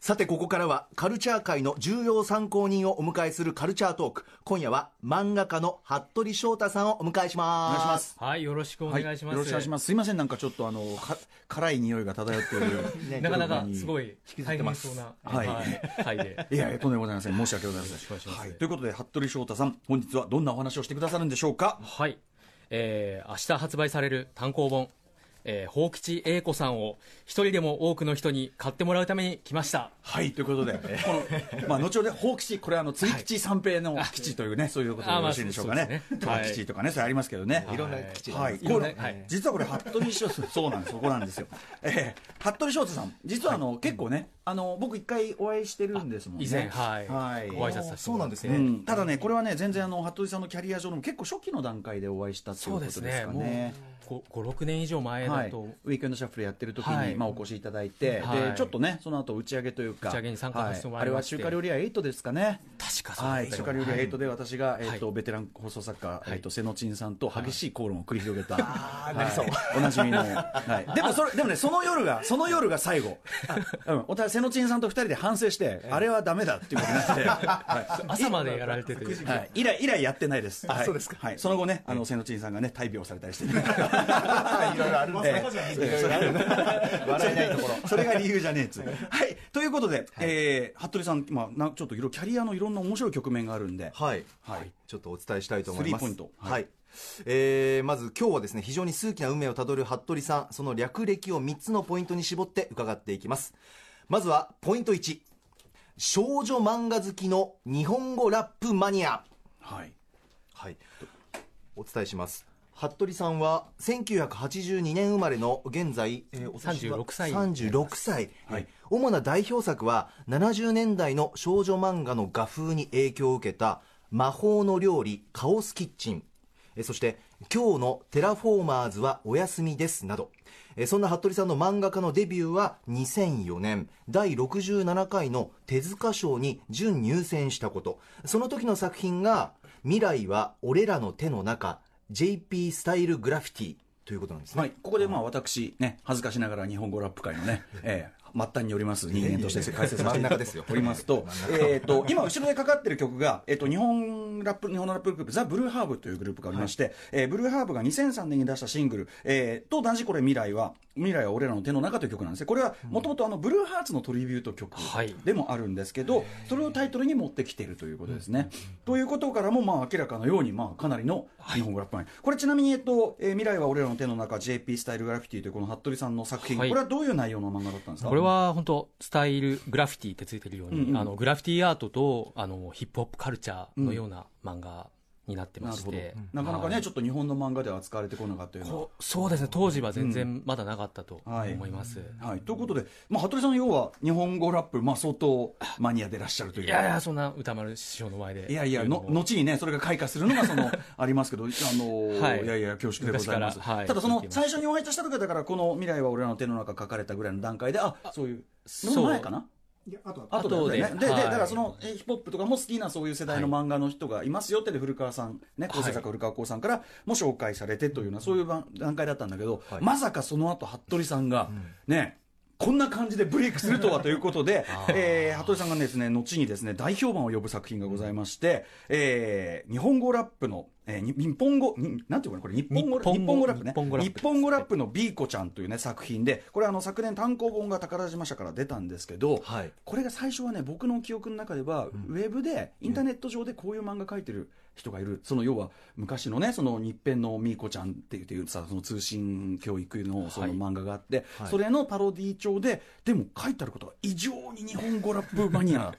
さてここからはカルチャー界の重要参考人をお迎えするカルチャートーク今夜は漫画家の服部翔太さんをお迎えしおます願いします。はい、よろしくお願いします。よろしくお願いします。すいません、なんかちょっとあの、か辛い匂いが漂ってい る。ねなかなかすごいきずっ大てま変すそうな、はいい、回で。 いやいや、とんでもございません。申し訳ございません。よろしくお願いしますはい、ということで、服部翔太さん、本日はどんなお話をしてくださるんでしょうか。はい、えー、明日発売される単行本、えー、宝吉英子さんを一人でも多くの人に買ってもらうために来ました。はい、という ことで、この、まあ、後ほど、ね、法吉、これ、あの、釣り吉三平の基地というね、そういうことでよろしいでしょうかあまあねそうで。すね虎はい吉とかね、それありますけどね。いろんな基地ではい、いろこんなれ、はい実はこれ、服部翔太、そうなん です、そこなんですよ。ええ服部翔太さん、実はあの、結構ね、あの、僕一回お会いしてるんですもんね。以前、はい、はいご挨拶させてもらって。そうなんですねうんただね、これはね、全然あの服部さんのキャリア上でも結構初期の段階でお会いしたというそこうとでですかすね。もうね。 5、6年以上前はだい、と、ウィークエンドシャッフルやってる時に、はいまあ、お越しいただいて、はでいちょっとねその後打ち上げというか打ち上げに参加させてもらはいまあれはして中華料理屋8ですかね確かそうはだい、った中ような華料理屋8で私が、えっとはベテラン放送作家、いえっと瀬野珍さんと激しい口論を繰り広げた、はいおなじみの、 はい、でもそれでもねその夜がその夜が最後、うん、お互い瀬野珍さんと2人で反省して、あれはダメだっていうことになって、はい朝までやられてて、はい、以来以来やってないです。はい、そうですかはい、その後ね、あの瀬野珍さんがね、大病されたりして。いろいろあるんまさかじゃないですか笑えないところそれが理由じゃねえっつう。はい、ということで、えー服部さん、まあ、な、ちょっといろいろキャリアのいろんな面白い局面があるんで。はい、はいちょっとお伝えしたいと思います。スリーポイントはい、えーまず今日はですね非常に数奇な運命をたどる服部さんその略歴を3つのポイントに絞って伺っていきますまずはポイント1少女漫画好きの日本語ラップマニアはい。はい、お伝えします服部さんは1982年生まれの現在、えーお年は36歳36歳、はい主な代表作は70年代の少女漫画の画風に影響を受けた「魔法の料理カオスキッチン」えーそして「今日のテラフォーマーズはお休みです」などえーそんな服部さんの漫画家のデビューは2004年第67回の手塚賞に準入選したことその時の作品が「未来は俺らの手の中 JP スタイルグラフィティ」ということなんですね、はい、ここでまあ私、ね、恥ずかしながら日本語ラップ界のね、えー末端におります人間として解説させていただいておりますと、えっと、今後ろでかかってる曲が、えっと、日本ラップ、日本のラップグループ、ザ・ブルーハーブというグループがありまして、えーブルーハーブが2003年に出したシングル、えーと同じこれ未来は、未来は俺らの手の中という曲なんですね。これはもともとあの、ブルーハーツのトリビュート曲はいでもあるんですけど、それをタイトルに持ってきているということですね。ということからも、まあ、明らかのように、まあ、かなりの日本語ラップマン、これちなみに、えっと、えー未来は俺らの手の中、JP スタイルグラフィティというこの服部さんの作品、はいこれはどういう内容の漫画だったんですかこれは本当スタイルグラフィティってついてるように、うんうんあのグラフィティアートとあのヒップホップカルチャーのような漫画になってなまるしほどて、なかなかね、はいちょっと日本の漫画では扱われてこなかったような。こうそうですね当時は全然まだなかったとうんはい思います、はい、ということで、まあ、服部さん、要は日本語ラップ、まあ、相当マニアでいらっしゃるといういやいやそんな歌丸師匠の前でいやいや、言うののも後にね、それが開花するのがその ありますけど、あのーはいいやいや、恐縮でございます。昔からはいただ、そ聞いのています最初にお会いした時は、だから、この未来は俺らの手の中書かれたぐらいの段階で、あそういう、のそう前かないやあとはあとで、ね、後で、でではいだからその、えヒップホップとかも好きなそういう世代の漫画の人がいますよって、で古川さん、ね、構成作家古川光さんからも紹介されてというような、そういう番段階だったんだけど、まさかその後、服部さんが、ね、こんな感じでブレイクするとはということ で、えー、羽鳥さんがですね、後にですね、代表版を呼ぶ作品がございまして、えー、日本語ラップの、えー、に日本語、になんていうのかな、これ日本語、日本語日本語ラップね。日本語ラップ日本語ラップのビーコちゃんというね、作品で、これあの、昨年単行本が宝島社から出たんですけど、はいこれが最初はね、僕の記憶の中では、ウェブで、インターネット上でこういう漫画描いてる人がいる、その要は、昔のね、その日編のみーこちゃんっていうっていうさ、その通信教育のその漫画があって、はいそれのパロディー調で、でも書いてあることが異常に日本語ラップマニア。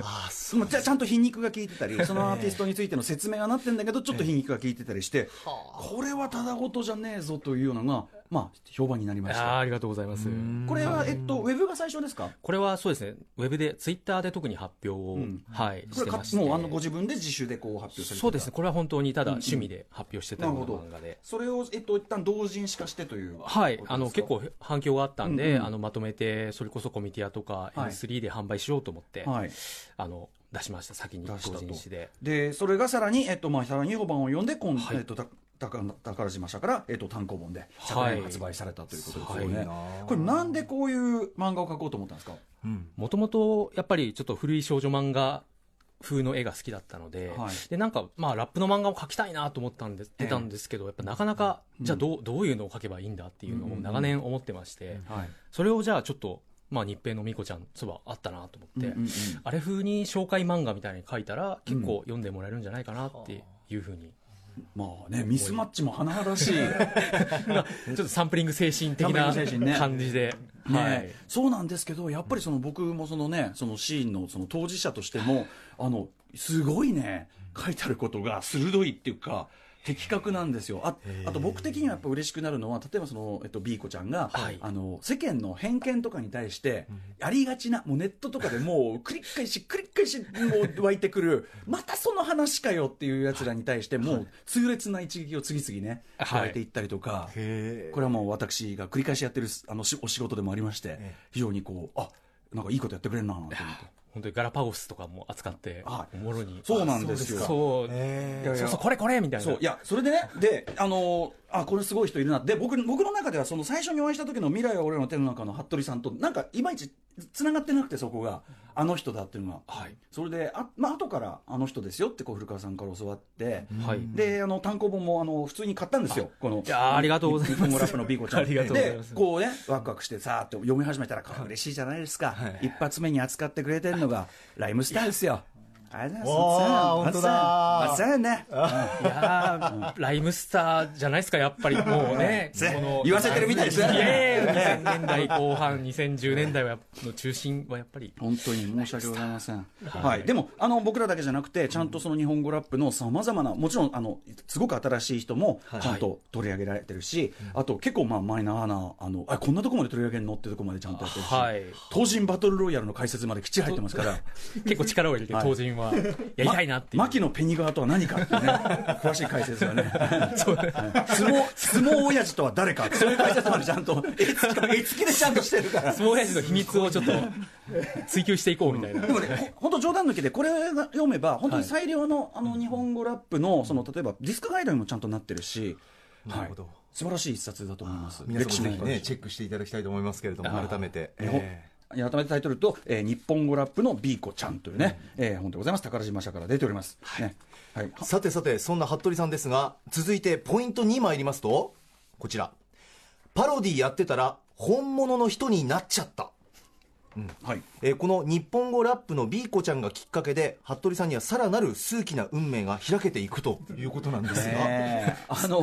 ああそそのちゃちゃんと皮肉が効いてたり、そのアーティストについての説明がなってんだけど、ちょっと皮肉が効いてたりして、これはただ事じゃねえぞというのが、まあ、評判になりましあーた。ありがとうございますこれは、えっと、ウェブが最初ですかこれはそうですねウェブでツイッターで特に発表を、うんはいこしれてかましてもうあのご自分で自主でこう発表されてたそうですねこれは本当にただ趣味で発表してたなよるうほどな漫画で、それをえっと一旦同人誌化してというはいこ、とあのですか結構反響があったんで、うんうんあのまとめてそれこそコミティアとかはい N3 で販売しようと思って、はいあの出しました先に出したと同人誌で。でそれがさらにえっとまあさらに評判を読んで今、はいえっとた宝宝島社から、えっと単行本で昨年発売されたということですよね、すごいなこれなんでこういう漫画を描こうと思ったんですかうんもともとやっぱりちょっと古い少女漫画風の絵が好きだったので、はいでなんかまあラップの漫画を描きたいなと思ったんで出たんですけど、やっぱなかなか、じゃあどうどういうのを描けばいいんだっていうのを長年思ってまして、はいそれをじゃあちょっと、まあ、日平のみこちゃんそばあったなと思って、うんうんうんあれ風に紹介漫画みたいに書いたら結構読んでもらえるんじゃないかなっていうふうに、まあねミスマッチも甚だ しい、まあちょっとサンプリング精神的サなンプリング精神ね感じで、ねはい、そうなんですけどやっぱりその僕もそのねそのシーンのその当事者としてもあのすごいね書いてあることが鋭いっていうか的確なんですよああと僕的にはやっぱ嬉しくなるのは例えばその、えっと、B 子ちゃんが、はいあの世間の偏見とかに対してやりがちなもうネットとかでもう繰り返し繰り返しもう湧いてくる またその話かよっていうやつらに対してもう痛烈な一撃を次々ねはい加えていったりとか、へえこれはもう私が繰り返しやってるすあのしお仕事でもありましてえ、非常にこう、あなんかいいことやってくれるなと思って。本当にガラパゴスとかも扱ってはいおもろにそうなんですよそうへいやいやそうそうこれこれみたいなそういやそれでね、で、あのーあこれすごい人いるなで僕僕の中ではその最初にお会いした時の未来は俺の手の中の服部さんとなんかいまいちつながってなくてそこがあの人だっていうのが、はいそれであまあ後からあの人ですよってこう古川さんから教わって、はいであの単行本もあの普通に買ったんですよこのいやーありがとうございます日本語ラップのビーコちゃん ありがとうございますでこうねワクワクしてさーっと読み始めたらこれ嬉しいじゃないですか、一発目に扱ってくれてるのがライムスターですよあれだおー本当だ松さん松さんねいやーライムスターじゃないですかやっぱりもうねせこの言わせてるみたいですねいやいや2000年代後半2010年代はやっぱの中心はやっぱり本当に申し訳ございません、はいはい、でもあの僕らだけじゃなくてちゃんとその日本語ラップのさまざまなもちろんあのすごく新しい人もはいちゃんと取り上げられてるし、あと結構まあマイナーなあのあこんなとこまで取り上げるのってとこまでちゃんとやってるし、はい東人バトルロイヤルの解説まできっちり入ってますから。結構力を入れてはい当人はやりたいなっていう、牧野ペニガーとは何かっていう ね詳しい解説がねそう相撲相撲親父とは誰かそういう解説までちゃんと絵付き絵付きでちゃんとしてるから相撲親父の秘密をちょっと追求していこうみたいな、でもね、ほ本当冗談抜きで、これが読めば、本当に最良の、あの日本語ラップの、その例えばディスクガイドにもちゃんとなってるし。なるほどはい素晴らしい一冊だと思います。皆さんもぜひね歴チェックしていただきたいと思いますけれども改めて史の日本ええ改めてタイトルと、えー日本語ラップのビーコちゃんというね、えー本でございます。宝島社から出ております。ねはいさてさてそんな服部さんですが続いてポイント2参りますとこちらパロディやってたら本物の人になっちゃったはい。えーこの日本語ラップの B 子ちゃんがきっかけで服部さんにはさらなる数奇な運命が開けていくということなんですが、ねえあの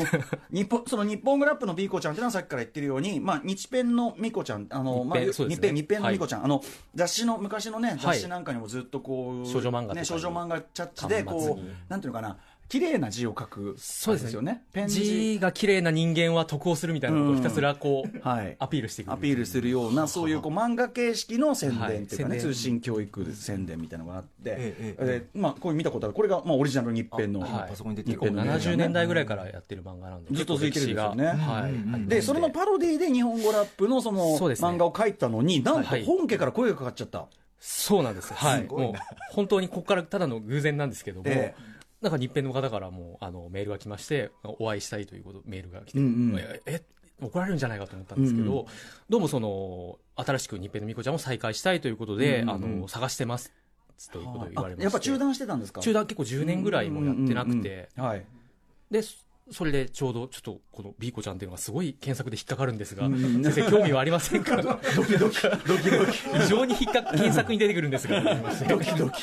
日本その日本グラップの B 子ちゃんっていうのはさっきから言ってるように、まあ、日ペンのミコちゃんあの、まあ、日ペンそうですね日ペンのミコちゃん、あの雑誌の昔のねい雑誌なんかにもずっとこう少女漫画とかにね、少女漫画チャッチで巻末にこうなんていうのかな綺麗な字を書くそうですねよねペン字字が綺麗な人間は得をするみたいなことをひたすらこう、はいアピールしていくアピールするようなそういうこう漫画形式の宣伝っていうかね、はい宣伝通信教育宣伝みたいなのがあって、えええーまあ、こういう見たことあるこれが、まあ、オリジナルの日ペンの、今はいパソコンに出てる日ペンのね70年代ぐらいからやってる漫画なんでずっと続いてるんですよね結構歴史がはいでそれのパロディで日本語ラップのそのそうですね漫画を書いたのに、なんとはい本家から声がかかっちゃった、そうなんです。はい。すごいなもう、本当にここからただの偶然なんですけども、ええなんか日編の方からもう、あの、メールが来まして、お会いしたいということ、メールが来て、うんうんえ、え怒られるんじゃないかと思ったんですけど、うんうどうもその、新しく日編のみこちゃんを再開したいということで、うんうんうんあの、探してます、ということを言わあれまして。やっぱ中断してたんですか中断結構10年ぐらいもやってなくて、うんうんうんはいで、そそれでちょうどちょっとこの B 子ちゃんっていうのがすごい検索で引っかかるんですが、ん先生興味はありませんかドキドキ、ドキドキ。非常に引っか、検索に出てくるんですが、ドキドキ。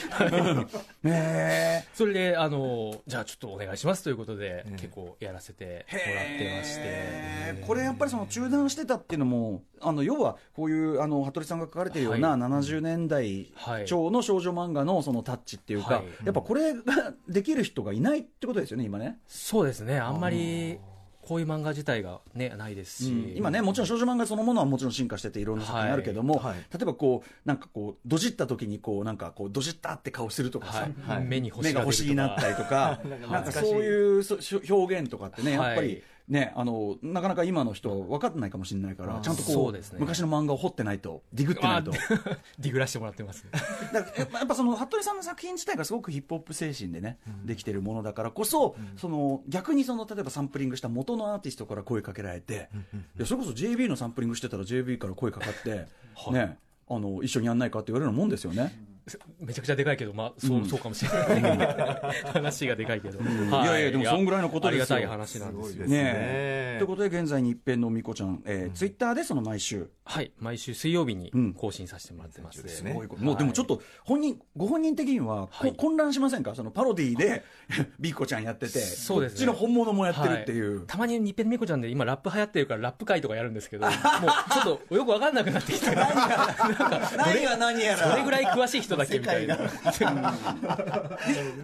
ねそれで、あの、じゃあちょっとお願いしますということで、結構やらせてえもらってまして。へえこれやっぱりその中断してたっていうのもあの要はこういうあの服部さんが書かれてるようなはい70年代はい超の少女漫画のそのタッチっていうか、はいやっぱこれができる人がいないってことですよね今ねそうですね、あんまり、こういう漫画自体がね、ないですし。今ねもちろん少女漫画そのものはもちろん進化してていろんな作品あるけども、はいはい例えばこうなんかこうどじった時にこうなんかこうどじったって顔するとかさ、はい、目に星目が が出るとか欲しいなったりとかなんかそういうそしょ表現とかってねやっぱりね、あのなかなか今の人は分かってないかもしれないから、ちゃんとそこううですね昔の漫画を掘ってないと、ディグってまなあいと。ディグらしてもらってますだからやっぱやっぱその服部さんの作品自体がすごくヒップホップ精神でね、できてるものだからこそ、その逆にその例えばサンプリングした元のアーティストから声かけられて、いやそれこそ JB のサンプリングしてたら JB から声かかって、ねあの一緒にやんないかって言われるようなもんですよね。めちゃくちゃでかいけど、まあ、そう、そうかもしれない。 話がでかいけど。はいやいやでもそんぐらいのことですよありがたい話なんですごい。すよですねねということで現在日平のみこちゃん、えーツイッターでその毎週はい、毎週水曜日にうん更新させてもらってます。すすねごいこともうでもちょっと本人ご本人的には、こはい混乱しませんかそのパロディーで ビッコちゃんやっててそうですねこっちの本物もやってるっていう、はたまに日平のみこちゃんで今ラップ流行ってるからラップ会とかやるんです けど、もうちょっとよくわかんなくなってきて、何が何やらどれぐらい詳しい人だっけみたいな。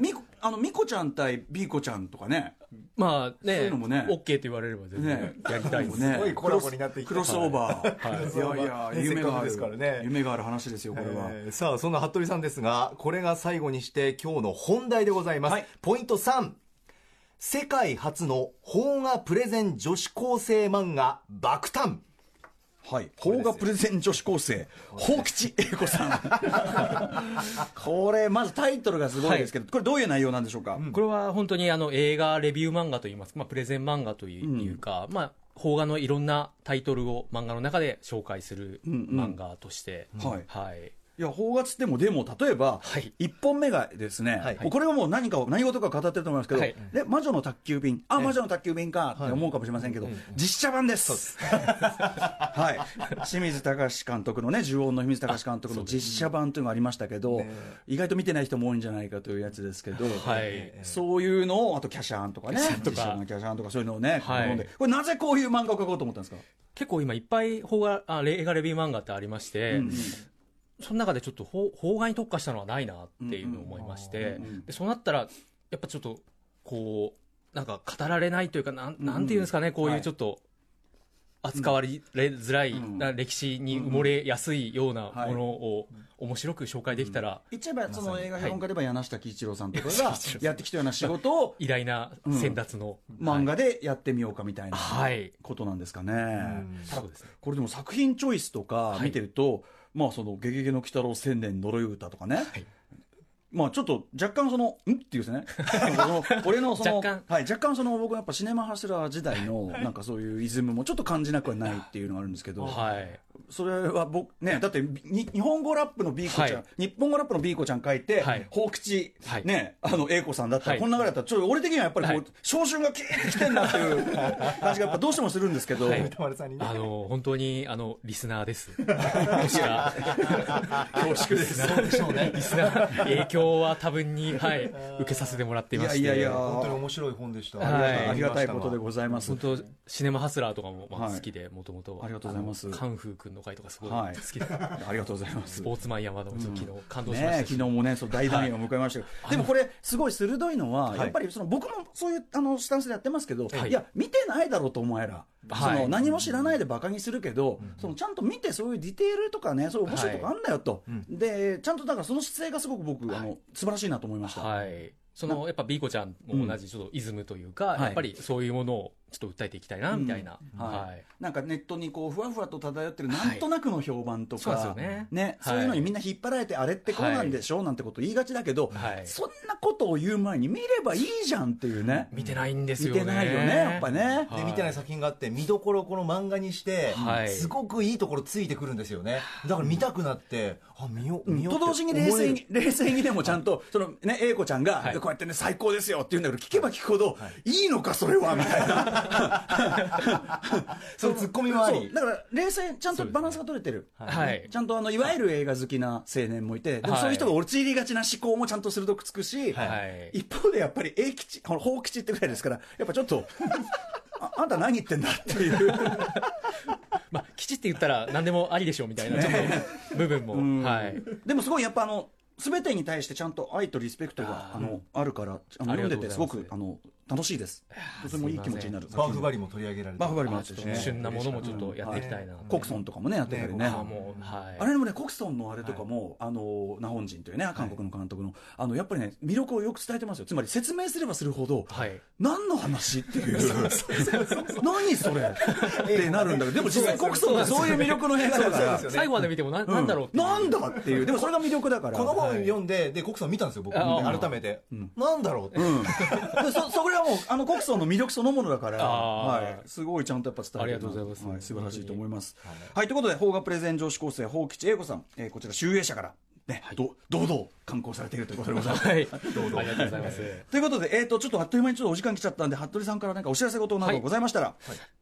みあのみこちゃん対ビーコちゃんとかね まあそういうね、のもね OK と言われれば全ね然やりたいですね。すごいコラボになっていきクロスクロスオーバー、、ははいいやいやね夢せっかくがあでるすからね夢がある話ですよこれは、えーさあそんな服部さんですがこれが最後にして今日の本題でございます、はいポイント3世界初の邦画プレゼン女子高生漫画「爆誕はい、邦画プレゼン女子高生、宝吉英子 さん、これ、まずタイトルがすごいですけど、これ、どういう内容なんでしょうか、これは本当にあの映画レビュー漫画といいますか、まあ、プレゼン漫画というか、まあ、邦画のいろんなタイトルを漫画の中で紹介する漫画として、うんはいはい、いや、邦画つっても、でも、例えば、はい一1本目がですね、はいこれはもう何かを、何事かを語ってると思いますけど、はいで魔女の宅急便、あ、魔女の宅急便かって思うかもしれませんけど、実写版です。 はい、清水隆監督のね、呪音の清水隆監督の実写版というのがありましたけど、意外と見てない人も多いんじゃないかというやつですけど、はいそういうのを、あとキャシャーンとかね、ャンとか実写版のキャシャーンとか、そういうのをね、はい飲んで、これ、なぜこういう漫画を描こうと思ったんですか結構今いっぱい邦画あレ映画レビュー漫画ってありまして、その中でちょっと邦邦画に特化したのはないなっていうのを思いまして、うんうんうんでそうなったらやっぱちょっとこうなんか語られないというかなんなんていうんですかねこうはいういちょっと扱われづらい、な歴史に埋もれやすいようなものを面白く紹介できたら、言っちゃえば、その映画評論家で言えば柳下喜一郎さんと かがやってきたような仕事を、偉大な先達の、漫画でやってみようかみたいなはいことなんですかね、ただそうですねこれでも作品チョイスとか見てると、まあその「ゲゲゲの鬼太郎千年呪い歌」とかね、いまあちょっと若干その「ん?」っていうですね その俺のその若干はい、若干その僕やっぱシネマハスラー時代のなんかそういうイズムもちょっと感じなくはないっていうのがあるんですけど、はい、それは僕ねだってに日本語ラップの B 子ちゃん、はい日本語ラップの B 子ちゃん書いて、はい宝吉、はいねあの A 子さんだったら、はいこんな流れだったらちょっと俺的にはやっぱりこう、はい照準がキーってきてんなっていう感じがやっぱどうしてもするんですけど、」歌丸さんにねあの本当にあのリスナー です。しか恐縮です。そうでしょうね。リスナー影響は多分にはい受けさせてもらっていまして。いやいやいや本当に面白い本でした、はいありがたいことでございます本。当シネマハスラーとかもまあはい好きでもともとありがとうございますカンフー君の回とかすごいは好いきで、ありがとうございますス。ポーツマン山田も昨日感動しまねし、た昨し。日もね、そう大団円を迎えましたけど、でもこれ、すごい鋭いのは、やっぱりその僕もそういうあのスタンスでやってますけど、はいい、や、見てないだろうと、お前ら、はいその何も知らないでバカにするけど、そのちゃんと見て、そういうディテールとかね、そういう面白いとこあんだよと、でちゃんとだから、その姿勢がすごく僕、あの素晴らしいなと思いました。はい。そのやっぱビーコちゃんも同じちょっとイズムというか、はいやっぱりそういうものをちょっと訴えていきたいなみたいな、ははいい、なんかネットにこうふわふわと漂ってるなんとなくの評判とか、はいそうですよねはいそういうのにみんな引っ張られてあれってこうなんでしょ、なんてこと言いがちだけど、はいそんなことを言う前に見ればいいじゃんっていうね見てないんです見よね。てないよねやっぱね、で見てない作品があって見どころをこの漫画にして、はいすごくいいところついてくるんですよねだから見たくなってあ見よう見ようとって同時に冷思え静るに、冷静にでもちゃんと、そのね、英子ちゃんが、はいこうやってね、最高ですよって言うんだけど、聞けば聞くほど、い、いのか、それは、みたいな。 そのツッコミもあそうりだから、冷静に、ちゃんとバランスが取れてる。はいちゃんと、あの、いわゆる映画好きな青年もいて、でもはいそういう人が陥りがちな思考もちゃんと鋭くつくし、はい一方でやっぱり、英吉、ほら法吉ってぐらいですから、やっぱちょっと、 ああんた何言ってんだっていう。まあ、基地って言ったら何でもありでしょうみたいな、ちょっと部分も、はい。でもすごいやっぱあの全てに対してちゃんと愛とリスペクトがあのあるからあの読ありがんとでてうございますすごくあの楽しいですとてもいい気持ちになるバフバリも取り上げられてバフバリもまああっちたょしっねと旬なものもちょっとやっていきたいな、コクソンとかもねやってたりねねあもうはいあれでもね、コクソンのあれとかも、あの、ナホンジンというね、韓国の監督の、あの、やっぱりね、魅力をよく伝えてますよ。つまり説明すればするほ ど、はい何の話って いう。何そ れってなるんだけど、でも実際コクソンってそういう魅力の映画だから、最後まで見てもな,、ん、なんだろうっていうなんだっていう。でもそれが魅力だから。この本読んで、で、コクさん見たんですよ、僕、あ改めて。なんだろうって。うん、でそそれはもうあの国葬の魅力そのものだから、あーはい、すごいちゃんとやっぱ伝えてるなありがとうございますは素晴らしいと思います。はい、ということで邦画プレゼン女子高生法吉英子さん、えーこちら集英社から、ねど堂々刊行されているということでございます。はいありがとうございますということで、えー、とちょっとあっという間にちょっとお時間来ちゃったんで服部さんからなんかお知らせ事などございましたら、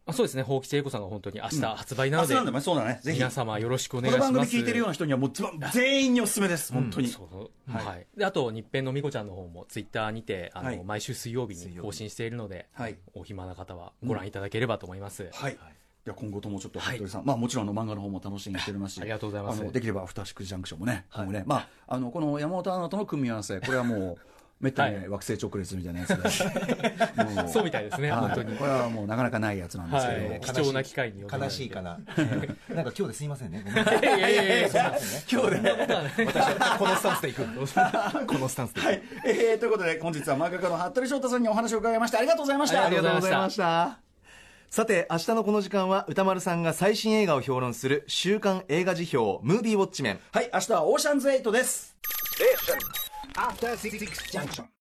あそうですね法吉英子さんが本当に明日発売な明の日で、なんで、まあ、そうだねぜひ皆こ様よろしくお願いのします番組聞いてるような人にはもうずば全員におすすめです本当に、そうはいであと日編のみこちゃんの方もツイッターにてあの、はい毎週水曜日に更新しているので、はいお暇な方はご覧いただければと思います、はい。では今後ともちょっとはい服部さん、まあもちろんあの漫画の方も楽しみにしておりますし、ありがとうございますあのできればアフターシックスジャンクションもね、今後ね、まああのこの山本アナとの組み合わせ、これはもうめったにない惑星直列み たいなやつで、もそうみたいですね、はい本当にこれはもうなかなかないやつなんですけど、はい貴重な機会によって悲しいか な。なんか今日ですいませんね。ごめんなさいいやいやいやそんな今日で、ね。私はこのスタンスで行 く。このスタンスで行く。えーということで本日は漫画家の服部翔太さんにお話を伺いましてありがとうございました。ありがとうございまししたた。さて、明日のこの時間は歌丸さんが最新映画を評論する週刊映画辞表、ムービーウォッチメン。はい、明日はオーシャンズエイトです。